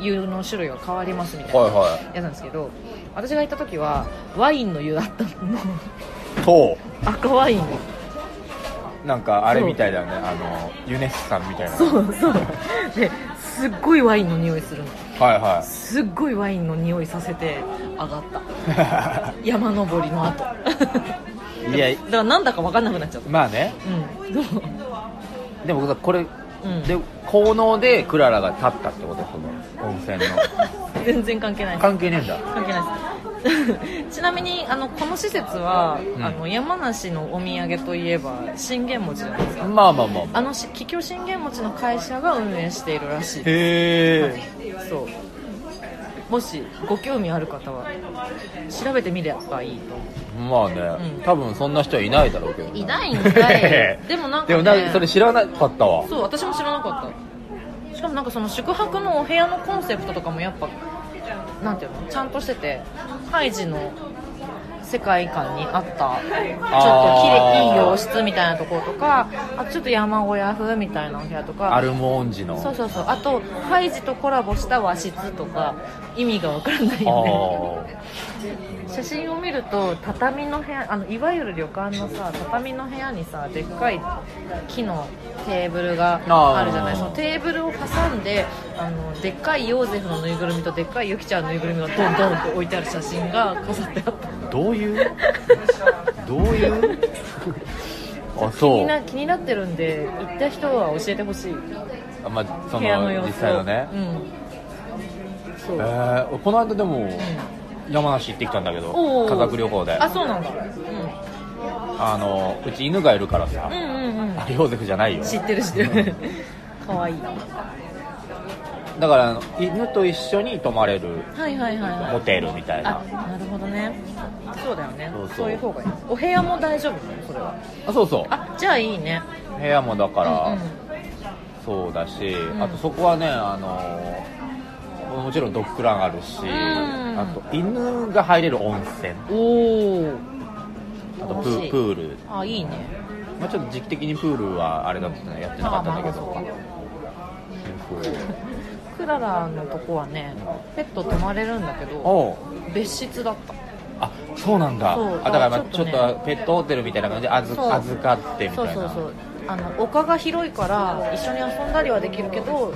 Speaker 4: 湯の種類が変わりますみた
Speaker 3: い
Speaker 4: いな
Speaker 3: は
Speaker 4: やつなんですけど私が行った時はワインの湯だったの
Speaker 3: いと
Speaker 4: 赤ワイン
Speaker 3: なんかあれみたいだよねあのユネスさんみたいなはい
Speaker 4: そうそうですっごいワインの匂いするの
Speaker 3: は
Speaker 4: すっごいワインの匂いさせて上がった山登りの 後
Speaker 3: いや
Speaker 4: だからなんだか分かんなくなっちゃった
Speaker 3: まあね
Speaker 4: うんどう
Speaker 3: でもさこれ
Speaker 4: うん
Speaker 3: で効能でクララが立ったってことその温 泉の
Speaker 4: 全然関係ないです
Speaker 3: 関係ねえんだ
Speaker 4: 関係ないです ちなみにあのこの施設は、
Speaker 3: ん
Speaker 4: あの山梨のお土産といえば信玄餅じゃないですか
Speaker 3: まあまあまあまあ
Speaker 4: あのし桔梗信玄餅の会社が運営しているらしい
Speaker 3: へ
Speaker 4: そうもしご興味ある方は調べてみればいいと思
Speaker 3: えまあね、
Speaker 4: うん
Speaker 3: 多分そんな人はいないだろうけど、
Speaker 4: う
Speaker 3: ね、
Speaker 4: いないん かいでもなんか、
Speaker 3: でも
Speaker 4: ね、
Speaker 3: なそれ知らなかったわ
Speaker 4: そう私も知らなかったしかもなんかその宿泊のお部屋のコンセプトとかもやっぱなんていうのちゃんとしててハイジの世界観に合ったちょっときれいい洋室みたいなところとかあちょっと山小屋風みたいなお部屋と
Speaker 3: ア
Speaker 4: か
Speaker 3: ルモンジの
Speaker 4: そうそうそうあとハイジとコラボした和室とか意味がわからない
Speaker 3: あ
Speaker 4: よ
Speaker 3: あ
Speaker 4: ね写真を見ると畳の部屋あのいわゆる旅館のさ畳の部屋にさでっかい木のテーブルが
Speaker 3: あー
Speaker 4: あるじゃないそのテーブルを挟んであのでっかいヨーゼフのぬいぐるみとでっかいユキちゃんのぬいぐるみがドンドンって置いてある写真が飾ってあった
Speaker 3: どういう どういうあ
Speaker 4: 気
Speaker 3: そ
Speaker 4: に
Speaker 3: う
Speaker 4: な気になってるんで行った人は教えてほしい
Speaker 3: あまあそ
Speaker 4: 部屋の様
Speaker 3: の
Speaker 4: 子を
Speaker 3: 実際のね、
Speaker 4: うんそ
Speaker 3: え
Speaker 4: う、
Speaker 3: ーこの間でも
Speaker 4: う
Speaker 3: 山梨行ってきたんだけ
Speaker 4: お
Speaker 3: ど
Speaker 4: ー
Speaker 3: 家族旅行で
Speaker 4: ん、あ
Speaker 3: あ
Speaker 4: そうなんだ、うん、
Speaker 3: のうち犬がいるからさ、
Speaker 4: うんうんうん
Speaker 3: あヨーゼフじゃないよ
Speaker 4: 知ってる知ってる かわいい
Speaker 3: だからあの犬と一緒に泊まれる
Speaker 4: はいはいはいは
Speaker 3: モ
Speaker 4: い
Speaker 3: テルみたい
Speaker 4: あ
Speaker 3: な
Speaker 4: なるほどねそうだよね
Speaker 3: そうそう
Speaker 4: いう方がいいお部屋も大丈夫なのそれは
Speaker 3: あそうそう
Speaker 4: あじゃあいいね
Speaker 3: 部屋もだから、
Speaker 4: うんうん
Speaker 3: そうだし、
Speaker 4: ん
Speaker 3: あとそこはねあのもちろんドッグランあるし、
Speaker 4: ん
Speaker 3: あと犬が入れる温泉
Speaker 4: おお
Speaker 3: あとプープール、
Speaker 4: あいいね
Speaker 3: まあ、ちょっと時期的にプールはあれだったのやってなかったんだけど、
Speaker 4: あまあそう
Speaker 3: そう
Speaker 4: クララのとこはねペット泊まれるんだけど
Speaker 3: おう
Speaker 4: 別室だった
Speaker 3: あそうなんだ
Speaker 4: そう
Speaker 3: あだからまあ
Speaker 4: ち
Speaker 3: ちょ
Speaker 4: ょ
Speaker 3: っ
Speaker 4: っとね
Speaker 3: とペットホテルみたいな感じで預
Speaker 4: そう
Speaker 3: 預かってみた
Speaker 4: そ
Speaker 3: いうな
Speaker 4: そうそうあの丘が広いから一緒に遊んだりはできるけど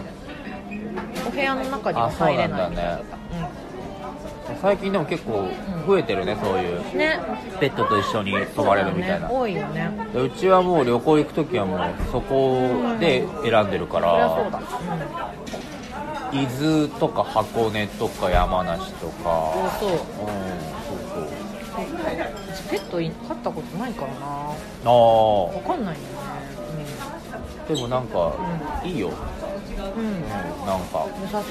Speaker 4: お部屋の中には
Speaker 3: あそう
Speaker 4: 入
Speaker 3: な
Speaker 4: れ
Speaker 3: ん
Speaker 4: な
Speaker 3: だ
Speaker 4: い
Speaker 3: ね最近でも結構増えてるねそういう
Speaker 4: うんね
Speaker 3: ペットと一緒に泊まれるみたいな
Speaker 4: そうだね多いよね
Speaker 3: でうちはもう旅行行く時はもうそこで選んでるか
Speaker 4: そりゃそうだ、
Speaker 3: ら
Speaker 4: うん、
Speaker 3: 伊豆とか箱根とか山梨とか
Speaker 4: そうそう
Speaker 3: うんそうそう
Speaker 4: 私ペットい飼ったことないからなわ
Speaker 3: ああ
Speaker 4: かんないよね
Speaker 3: でもなんかいいよ、
Speaker 4: うん、うん、
Speaker 3: うん
Speaker 4: 良
Speaker 3: なんか
Speaker 4: さそう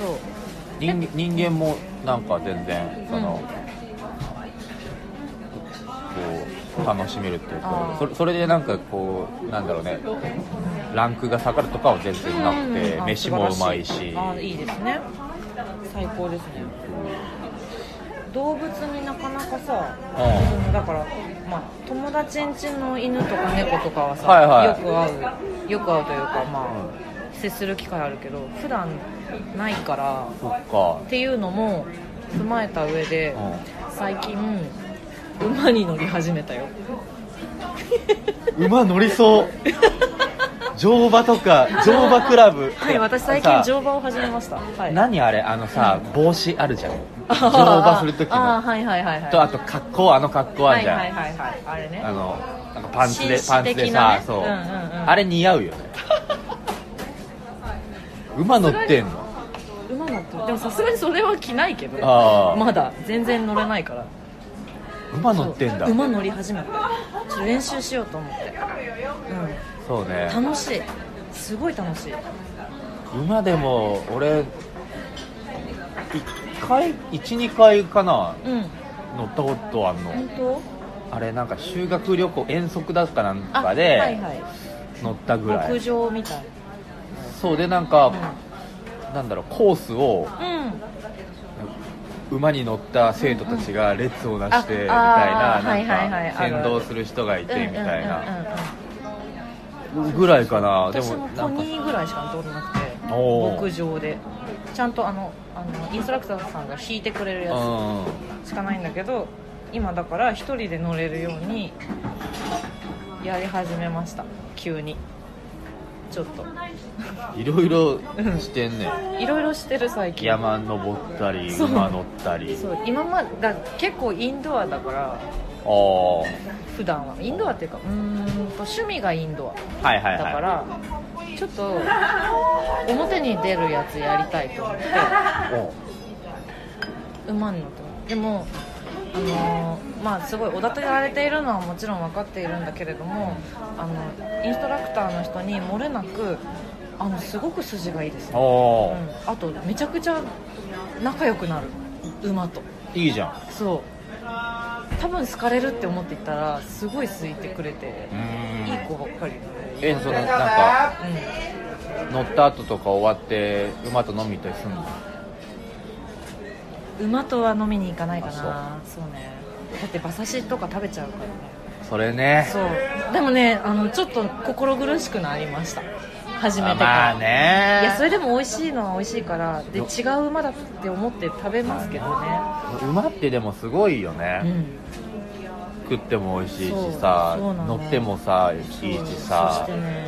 Speaker 3: 人人間もなんか全然その、こう楽しめるっていう
Speaker 4: あ
Speaker 3: か
Speaker 4: ー
Speaker 3: それそれでなんかこうなんだろうねランクが下がるとかは全然なくて、
Speaker 4: うんあ
Speaker 3: 飯もうまい
Speaker 4: 素晴
Speaker 3: し
Speaker 4: らあいいですね最高ですね動物になかなかさ
Speaker 3: う
Speaker 4: だから、まあ、友達ん家の犬とか猫とかはさ、
Speaker 3: はいはい
Speaker 4: よく会うよく会うというか、まあ、接する機会あるけど普段ないから
Speaker 3: んそっか
Speaker 4: っていうのも踏まえた上で
Speaker 3: う
Speaker 4: 最近馬に乗り始めた よ
Speaker 3: ん馬乗り そう乗馬とか乗馬クラブ
Speaker 4: はい私最
Speaker 3: さ
Speaker 4: 近乗馬を始めましたはい
Speaker 3: 何あれあのさ帽子あるじゃん
Speaker 4: あ
Speaker 3: 乗
Speaker 4: ー
Speaker 3: 馬する時
Speaker 4: あー
Speaker 3: の
Speaker 4: はいはいはいはい
Speaker 3: とあと格好あの格好あ
Speaker 4: は
Speaker 3: る
Speaker 4: い
Speaker 3: じゃん、
Speaker 4: はいはいはいあれね
Speaker 3: あのなんかパンツで
Speaker 4: 紳士
Speaker 3: パンツで
Speaker 4: 的
Speaker 3: さ、
Speaker 4: なね
Speaker 3: そう、
Speaker 4: うんうんうん
Speaker 3: あれ似合うよね馬乗ってんの
Speaker 4: 馬乗ってるでもさすがにそれは着ないけど
Speaker 3: あー
Speaker 4: まだ全然乗れないから
Speaker 3: 馬乗ってんだ
Speaker 4: そう馬乗り始めたちょっと練習しようと思って、
Speaker 3: そうね
Speaker 4: うん、楽しいすごい楽しい
Speaker 3: 馬でも俺1回12回かな
Speaker 4: うん
Speaker 3: 乗ったことあんの
Speaker 4: 本当
Speaker 3: あれなんか修学旅行遠足だったかなん
Speaker 4: あ
Speaker 3: かで
Speaker 4: はいはい
Speaker 3: 乗ったぐらい、
Speaker 4: 牧場みたい
Speaker 3: そうでなんか、なんだろうコースを
Speaker 4: うん、うん、
Speaker 3: 馬に乗った生徒たちが列をなしてみたい
Speaker 4: あ
Speaker 3: な
Speaker 4: あーはいはいは
Speaker 3: ないんか先導する人がいてみたい
Speaker 4: うんうんうんうん
Speaker 3: な
Speaker 4: うん
Speaker 3: ぐらいかなで
Speaker 4: 私
Speaker 3: も
Speaker 4: も
Speaker 3: な
Speaker 4: ポ
Speaker 3: んか
Speaker 4: ニーぐらいしか乗ってなくて
Speaker 3: おー
Speaker 4: 牧場でちゃんとあのあのインストラクターさんが引いてくれるや
Speaker 3: う
Speaker 4: つしかないんだけど今だから一人で乗れるようにやり始めました急にちょっと
Speaker 3: んいろいろしてんね
Speaker 4: いろいろしてる最近
Speaker 3: 山登ったり
Speaker 4: そう
Speaker 3: 馬乗ったり
Speaker 4: そう今までだ結構インドアだから
Speaker 3: ああはい
Speaker 4: 普段はインドアっていうかうーんと趣味がインド
Speaker 3: はいは
Speaker 4: ア
Speaker 3: い
Speaker 4: だから、ちょっと表に出るやつやりたいと思って
Speaker 3: お
Speaker 4: 馬に乗ってますでもあのーまあすごいおだてられているのはもちろん分かっているんだけれどもあのインストラクターの人に漏れなくあのすごく筋がいいですね、う
Speaker 3: おー
Speaker 4: ん、あとめちゃくちゃ仲良くなる馬と
Speaker 3: いいじゃん
Speaker 4: そう多分好かれるって思っていたらすごい好いてくれて
Speaker 3: う
Speaker 4: いい
Speaker 3: ん
Speaker 4: 子ばっかりで、
Speaker 3: えそのなんか
Speaker 4: う
Speaker 3: 乗った後とか終わって馬と飲み行ったりすんの
Speaker 4: ん、馬とは飲みに行かないかな
Speaker 3: あ
Speaker 4: そうねだって馬刺しとか食べちゃうからね
Speaker 3: それね
Speaker 4: そうでもねあのちょっと心苦しくなりました初め
Speaker 3: あ
Speaker 4: てから、
Speaker 3: まあね
Speaker 4: いやそれでも美味しいのは美味しいからで違う馬だって思って食べますけどね
Speaker 3: 馬ってでもすごいよね、
Speaker 4: うん
Speaker 3: 食っても美味しいしさ、
Speaker 4: そうそうなんだよ
Speaker 3: 乗ってもさいい
Speaker 4: そう
Speaker 3: し
Speaker 4: そ
Speaker 3: さ
Speaker 4: してね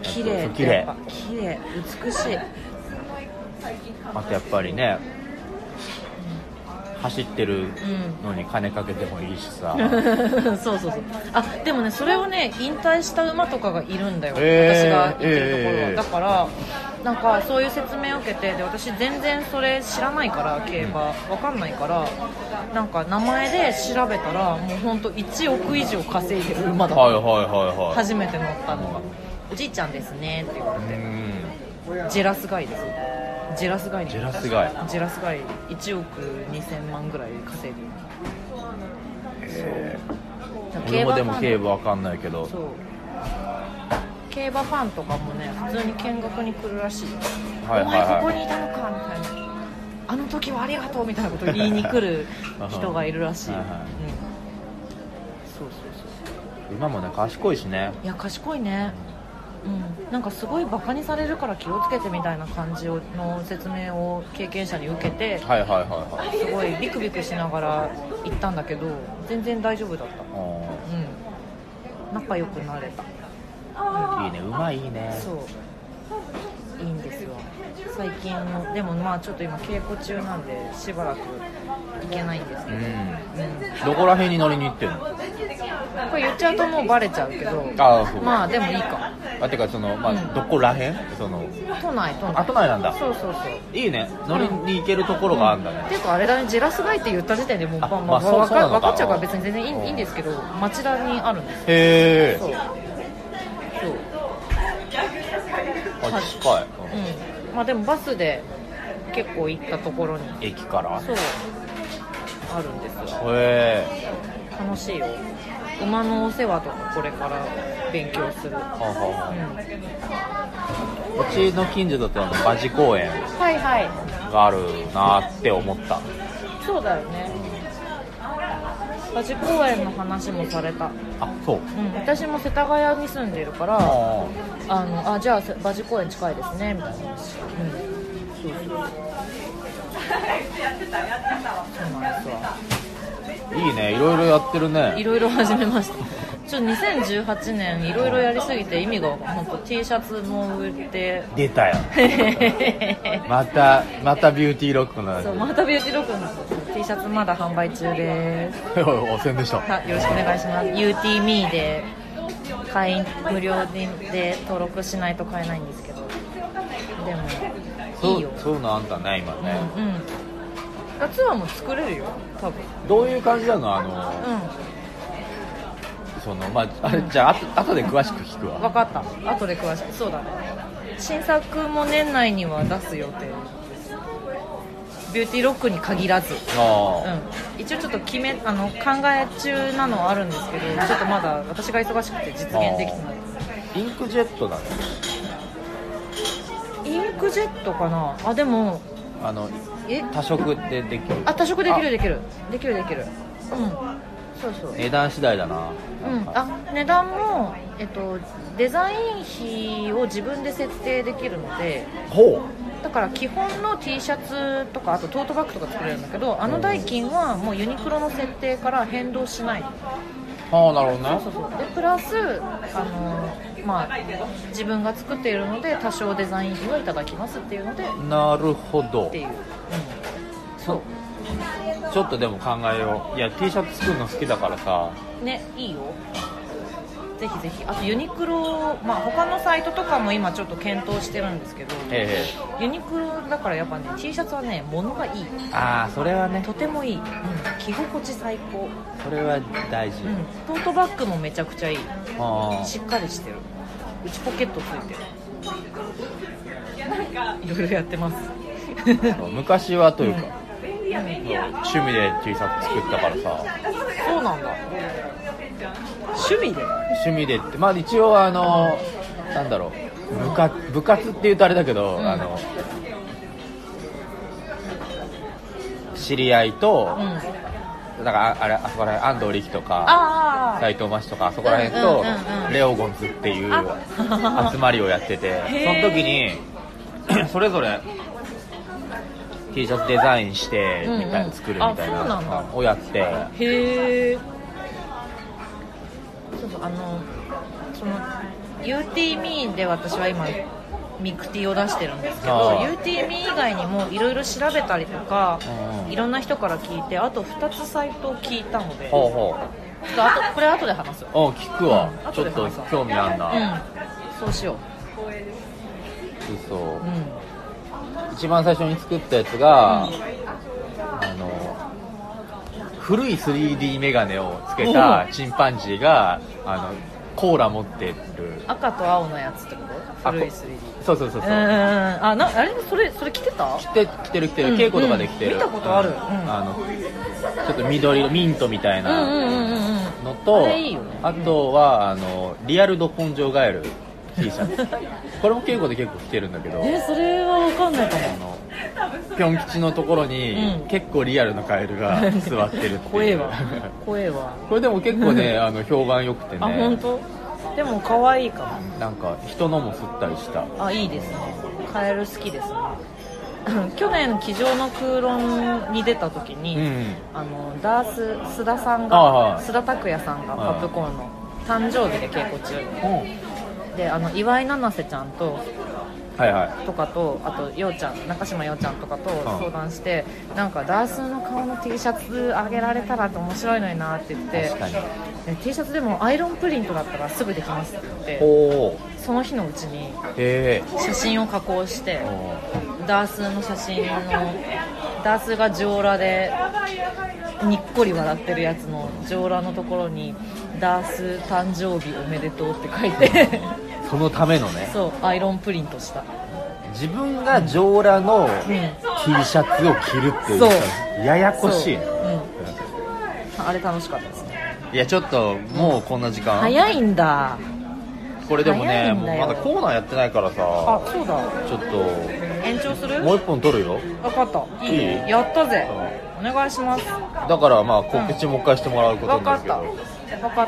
Speaker 4: 綺
Speaker 3: そう
Speaker 4: 麗
Speaker 3: 綺麗
Speaker 4: やっぱ綺麗美しい
Speaker 3: あとやっぱりね走ってる
Speaker 4: う
Speaker 3: のに金かけてもいいし さ
Speaker 4: そうそうそうあでもねそれをね引退した馬とかがいるんだよ、
Speaker 3: えー
Speaker 4: 私が行ってるところは、
Speaker 3: えー
Speaker 4: だからなんかそういう説明を受けてで私全然それ知らないから競馬、わかんないからなんか名前で調べたらもうほんと1億以上稼いでる馬だ
Speaker 3: はいはいはいはい
Speaker 4: 初めて乗ったのがおじいちゃんですねって言われ
Speaker 3: う
Speaker 4: て
Speaker 3: ん
Speaker 4: ジェラスガイですジェラスガイに
Speaker 3: ジェラスガイ
Speaker 4: ジェラスガイ1億2000万ぐらい稼いでる
Speaker 3: え
Speaker 4: だから
Speaker 3: 俺もでも
Speaker 4: ファン
Speaker 3: 競馬わかんないけど
Speaker 4: そう競馬ファンとかもね普通に見学に来るらしい,、
Speaker 3: はいはい
Speaker 4: お前ここ
Speaker 3: はい
Speaker 4: にいたのかみたいなあの時はありがとうみたいなこと言いに来る人がいるらしい、
Speaker 3: はい
Speaker 4: うん
Speaker 3: はい、
Speaker 4: そうそうそう
Speaker 3: 馬もね賢いしね
Speaker 4: いや賢いねうん、なんかすごいバカにされるから気をつけてみたいな感じをの説明を経験者に受けて
Speaker 3: はいはいはいはい
Speaker 4: すごいビクビクしながら行ったんだけど全然大丈夫だった
Speaker 3: う
Speaker 4: うん仲良くなれた
Speaker 3: んいいね馬いいね
Speaker 4: そういいんですよ最近のでもまあちょっと今稽古中なんでしばらく行けないんですけ
Speaker 3: う
Speaker 4: ど、うん
Speaker 3: ん
Speaker 4: こ
Speaker 3: どこら辺に乗りに行ってんの
Speaker 4: れ言っちゃうともうバレちゃうけど
Speaker 3: ああそう
Speaker 4: まあでもいいか
Speaker 3: あてかそのま
Speaker 4: う
Speaker 3: あ
Speaker 4: ん
Speaker 3: どこら辺その
Speaker 4: 都内都内
Speaker 3: あ都内なんだ
Speaker 4: そうそうそう
Speaker 3: いいね乗りに行けるところがあるんだね
Speaker 4: っていうかあれだねジェラス街って言った時点でもう
Speaker 3: あ
Speaker 4: まあ
Speaker 3: ま
Speaker 4: ま
Speaker 3: あ
Speaker 4: あ
Speaker 3: そう
Speaker 4: 分
Speaker 3: そうなの
Speaker 4: か
Speaker 3: か
Speaker 4: 分かっちゃうから別に全然い
Speaker 3: うん
Speaker 4: いいいんですけど町田にあるんです
Speaker 3: へえ
Speaker 4: そうそう
Speaker 3: あ近い、
Speaker 4: うんまあでもバスで結構行ったところに
Speaker 3: うん駅から
Speaker 4: そうあるんですよ
Speaker 3: へえ
Speaker 4: 楽しいよ馬のお世話とかこれから勉強する、うん、
Speaker 3: はあは
Speaker 4: は
Speaker 3: あうちの近所だとあの馬事公園
Speaker 4: いはい
Speaker 3: があるなって思った
Speaker 4: そうだよね馬事公園の話もされた、う
Speaker 3: あそう
Speaker 4: うん、私も世田谷に住んでるから
Speaker 3: あ
Speaker 4: あのあじゃあ馬事公園近いですねみたいな話、うん、そうそうそうなんですわ
Speaker 3: いいねいろいろやってる
Speaker 4: い
Speaker 3: ね
Speaker 4: ろいろ始めました ちょっと2018年いろいろやりすぎて意味が本当 T シャツも売って
Speaker 3: 出たよまたまたビューティーロックの
Speaker 4: そうまたビューティーロックの T シャツまだ販売中です
Speaker 3: 汚染でしょ
Speaker 4: はよろしくお願いします UTME で会員無料でで登録しないと買えないんですけどでも
Speaker 3: そ
Speaker 4: いいよ
Speaker 3: うそういうのあんたね今ね、
Speaker 4: うんうんガツアーも作れるよ多分
Speaker 3: どういう感じなのあの、
Speaker 4: う
Speaker 3: そのまああれじゃああと後で詳しく聞く
Speaker 4: ん
Speaker 3: わ
Speaker 4: 分かった後で詳しくそうだね新作も年内には出す予定ですビューティーロックに限らず
Speaker 3: あー
Speaker 4: うん、一応ちょっと決めあの考え中なのはあるんですけどちょっとまだ私が忙しくて実現できてない
Speaker 3: インクジェットだね
Speaker 4: インクジェットかなあでも
Speaker 3: あの
Speaker 4: え
Speaker 3: 多色でできる
Speaker 4: あ多色できる
Speaker 3: あ
Speaker 4: できるできるできるうんそうそう
Speaker 3: 値段次第だな
Speaker 4: うん、あ値段も、えっと、デザイン費を自分で設定できるので
Speaker 3: ほ
Speaker 4: だから基本の T シャツとかあとトートバッグとか作れるんだけどあの代金はもうユニクロの設定から変動しないう
Speaker 3: ああなるほどね
Speaker 4: そうそうでプラスあの、まあ、自分が作っているので多少デザイン費はいただきますっていうのでっ
Speaker 3: なるほど
Speaker 4: ていう、
Speaker 3: そうちょっとでも考えよういや T シャツ作るの好きだからさ
Speaker 4: うん、ねいいよぜひぜひあとユニクロ、まあ、他のサイトとかも今ちょっと検討してるんですけど、
Speaker 3: え
Speaker 4: ユニクロだからやっぱね T シャツはね物がいい
Speaker 3: えああそれはね
Speaker 4: とてもいい、うん、着心地最高、
Speaker 3: それは大事、
Speaker 4: うん、トートバッグもめちゃくちゃいい
Speaker 3: あ
Speaker 4: しっかりしてる内ポケットついてるいろいろやってます
Speaker 3: あ昔はというか、
Speaker 4: うん
Speaker 3: 趣味で T シャツ作ったからさ
Speaker 4: そうなんだ趣味で
Speaker 3: 趣味でってまあ一応あのなんだろう部活部活っていうとあれだけど、
Speaker 4: うん
Speaker 3: あの知り合いと、
Speaker 4: うんあ
Speaker 3: だからああれあそこら辺安藤力とか
Speaker 4: あ
Speaker 3: 斎藤真史とかあそこら辺と、
Speaker 4: うんうんうんうん
Speaker 3: レオゴンズっていう
Speaker 4: あ
Speaker 3: 集まりをやっててそ
Speaker 4: へ
Speaker 3: の時に それぞれ T シャツデザインして
Speaker 4: うんうん
Speaker 3: みたいな作るみたい
Speaker 4: あそう
Speaker 3: な
Speaker 4: なんだ
Speaker 3: をやって
Speaker 4: へえそうそうあのその UTME で私は今ミクティを出してるんですけど
Speaker 3: ああ
Speaker 4: UTME 以外にもいろいろ調べたりとか
Speaker 3: うん
Speaker 4: いろんな人から聞いてあと2つサイトを聞いたのでち
Speaker 3: ほ
Speaker 4: ょ
Speaker 3: うほ
Speaker 4: っとあとこれ後で話す
Speaker 3: ううん聞くわ
Speaker 4: うん
Speaker 3: ちょっと興味あん
Speaker 4: う
Speaker 3: な、
Speaker 4: んそうしよ
Speaker 3: 嘘
Speaker 4: ううん
Speaker 3: 一番最初に作ったやつが、あの古い 3D メガネをつけたチンパンジーがあのコーラ持ってる
Speaker 4: 赤と青のやつってこ
Speaker 3: あこ
Speaker 4: と古い 3D
Speaker 3: そうそうそう
Speaker 4: う
Speaker 3: そ
Speaker 4: んうんうん
Speaker 3: う
Speaker 4: あなあれそれそれ着てた
Speaker 3: 着て着てる着てる、
Speaker 4: うん
Speaker 3: 稽古とかで着てる、
Speaker 4: うん見たことある
Speaker 3: うん
Speaker 4: うん
Speaker 3: あのちょっと緑色ミントみたい
Speaker 4: うんうんうんうん
Speaker 3: な
Speaker 4: うん
Speaker 3: のと、
Speaker 4: あれいいよね
Speaker 3: あとはあのリアルド根性ガエル T シャツ これも稽古で結構着てるんだけど
Speaker 4: えそれは分かんないか
Speaker 3: あのピョン吉のところに、
Speaker 4: うん
Speaker 3: 結構リアルなカエルが 座ってるっていう
Speaker 4: も怖えわ 怖えわ
Speaker 3: これでも結構ねあの評判良くてね
Speaker 4: あ本当でも可愛いか
Speaker 3: なんか人のも吸ったりした
Speaker 4: もあいいですねカエル好きですね 去年「机上の空論」に出た時に、
Speaker 3: うん
Speaker 4: あのダース須田さん
Speaker 3: あはい
Speaker 4: が須田拓也さんが
Speaker 3: はい
Speaker 4: パプコーンの誕生日で稽古中であの岩井七瀬ちゃんと
Speaker 3: はいは
Speaker 4: とかとあとようちゃん中島ようちゃんとかと相談して、なんかダースの顔の T シャツあげられたらって面白いのになって言っ
Speaker 3: い
Speaker 4: て
Speaker 3: 確かに
Speaker 4: で T シャツでもアイロンプリントだったらすぐできますって言って
Speaker 3: おー
Speaker 4: その日のうちに
Speaker 3: へ
Speaker 4: 写真を加工して
Speaker 3: えおー
Speaker 4: ダースの写真のダースが上裸でにっこり笑ってるやつの上裸のところに「ダース誕生日おめでとう」って書い て
Speaker 3: そのためのね
Speaker 4: そうアイロンプリントした
Speaker 3: 自分が上裸の
Speaker 4: うん
Speaker 3: T シャツを着るっていう
Speaker 4: そう
Speaker 3: ややこしいね
Speaker 4: そううんあれ楽しかったですね
Speaker 3: いやちょっともうこんな時間
Speaker 4: 早いんだ
Speaker 3: これでも
Speaker 4: 早
Speaker 3: ね
Speaker 4: い
Speaker 3: も
Speaker 4: ん
Speaker 3: う
Speaker 4: だよ
Speaker 3: まだコーナーやってないから
Speaker 4: あ
Speaker 3: さ
Speaker 4: そうだ
Speaker 3: ちょっと
Speaker 4: 延長する
Speaker 3: もう一本撮るよ
Speaker 4: 分かったいい
Speaker 3: いい
Speaker 4: やったぜお願いします
Speaker 3: だからまあ告知もう一回してもらうこと
Speaker 4: 分
Speaker 3: に
Speaker 4: か
Speaker 3: な
Speaker 4: っ
Speaker 3: るけ
Speaker 4: た
Speaker 3: ど
Speaker 4: 分かっ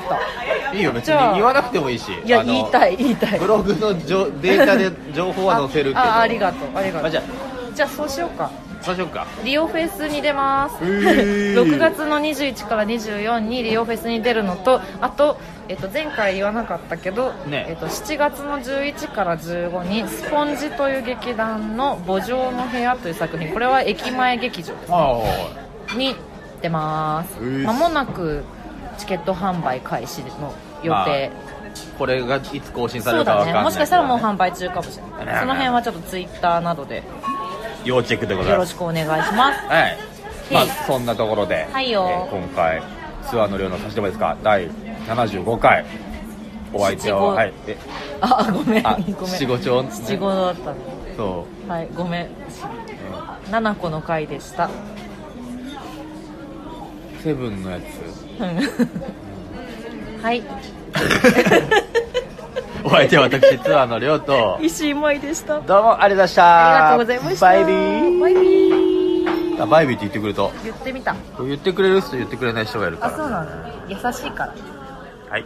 Speaker 4: た
Speaker 3: いいよ別
Speaker 4: じゃ
Speaker 3: に
Speaker 4: あ
Speaker 3: 言わなくてもいいし
Speaker 4: いや
Speaker 3: あの
Speaker 4: 言いたい言いたい
Speaker 3: ブロ グのじょデータで情報は載せるけど
Speaker 4: ああありがとうありがとう
Speaker 3: まあじゃ
Speaker 4: じゃあそうしようか
Speaker 3: そうしようか
Speaker 4: リオフェスに出ます、
Speaker 3: へー
Speaker 4: 6月の21から24にリオフェスに出るのとあと、えっと、前回言わなかったけど、
Speaker 3: ね
Speaker 4: えっと、7月の11から15に「スポンジ」という劇団の「墓場の部屋」という作品これは駅前劇場で
Speaker 3: ああ
Speaker 4: すに出ます
Speaker 3: へー
Speaker 4: まもなくチケット販売開始の予定、
Speaker 3: これがいつ更新され
Speaker 4: そ
Speaker 3: る
Speaker 4: う
Speaker 3: か
Speaker 4: だ
Speaker 3: わかん
Speaker 4: ね
Speaker 3: ない
Speaker 4: もしかしたらもう販売中かもしれ
Speaker 3: ね
Speaker 4: ないその辺はちょっとツイッターなどで
Speaker 3: 要チェックでござ
Speaker 4: よ
Speaker 3: い
Speaker 4: ろ
Speaker 3: ます
Speaker 4: しくお願いします
Speaker 3: はいまあ
Speaker 4: い
Speaker 3: そんなところで、
Speaker 4: はいよ
Speaker 3: 今回ツアーの量の差し止めですか第75回お相手は
Speaker 4: 七五
Speaker 3: はいえ
Speaker 4: あごめん
Speaker 3: あ
Speaker 4: ごめん
Speaker 3: 七五調ね
Speaker 4: 七五だったね
Speaker 3: そ
Speaker 4: はいごめ
Speaker 3: う、
Speaker 4: ん
Speaker 3: う
Speaker 4: 七個の回でした
Speaker 3: んセブンのやつ
Speaker 4: はい
Speaker 3: お相手は私 ツアーの量と
Speaker 4: 石井舞でした
Speaker 3: どうもありがとうございました
Speaker 4: ありがとうございました
Speaker 3: バイビー
Speaker 4: バイビー
Speaker 3: あバイビーって言ってくると
Speaker 4: 言ってみた
Speaker 3: 言ってくれる人と言ってくれない人がいるか
Speaker 4: あ
Speaker 3: ら
Speaker 4: そうなの優しいから
Speaker 3: はい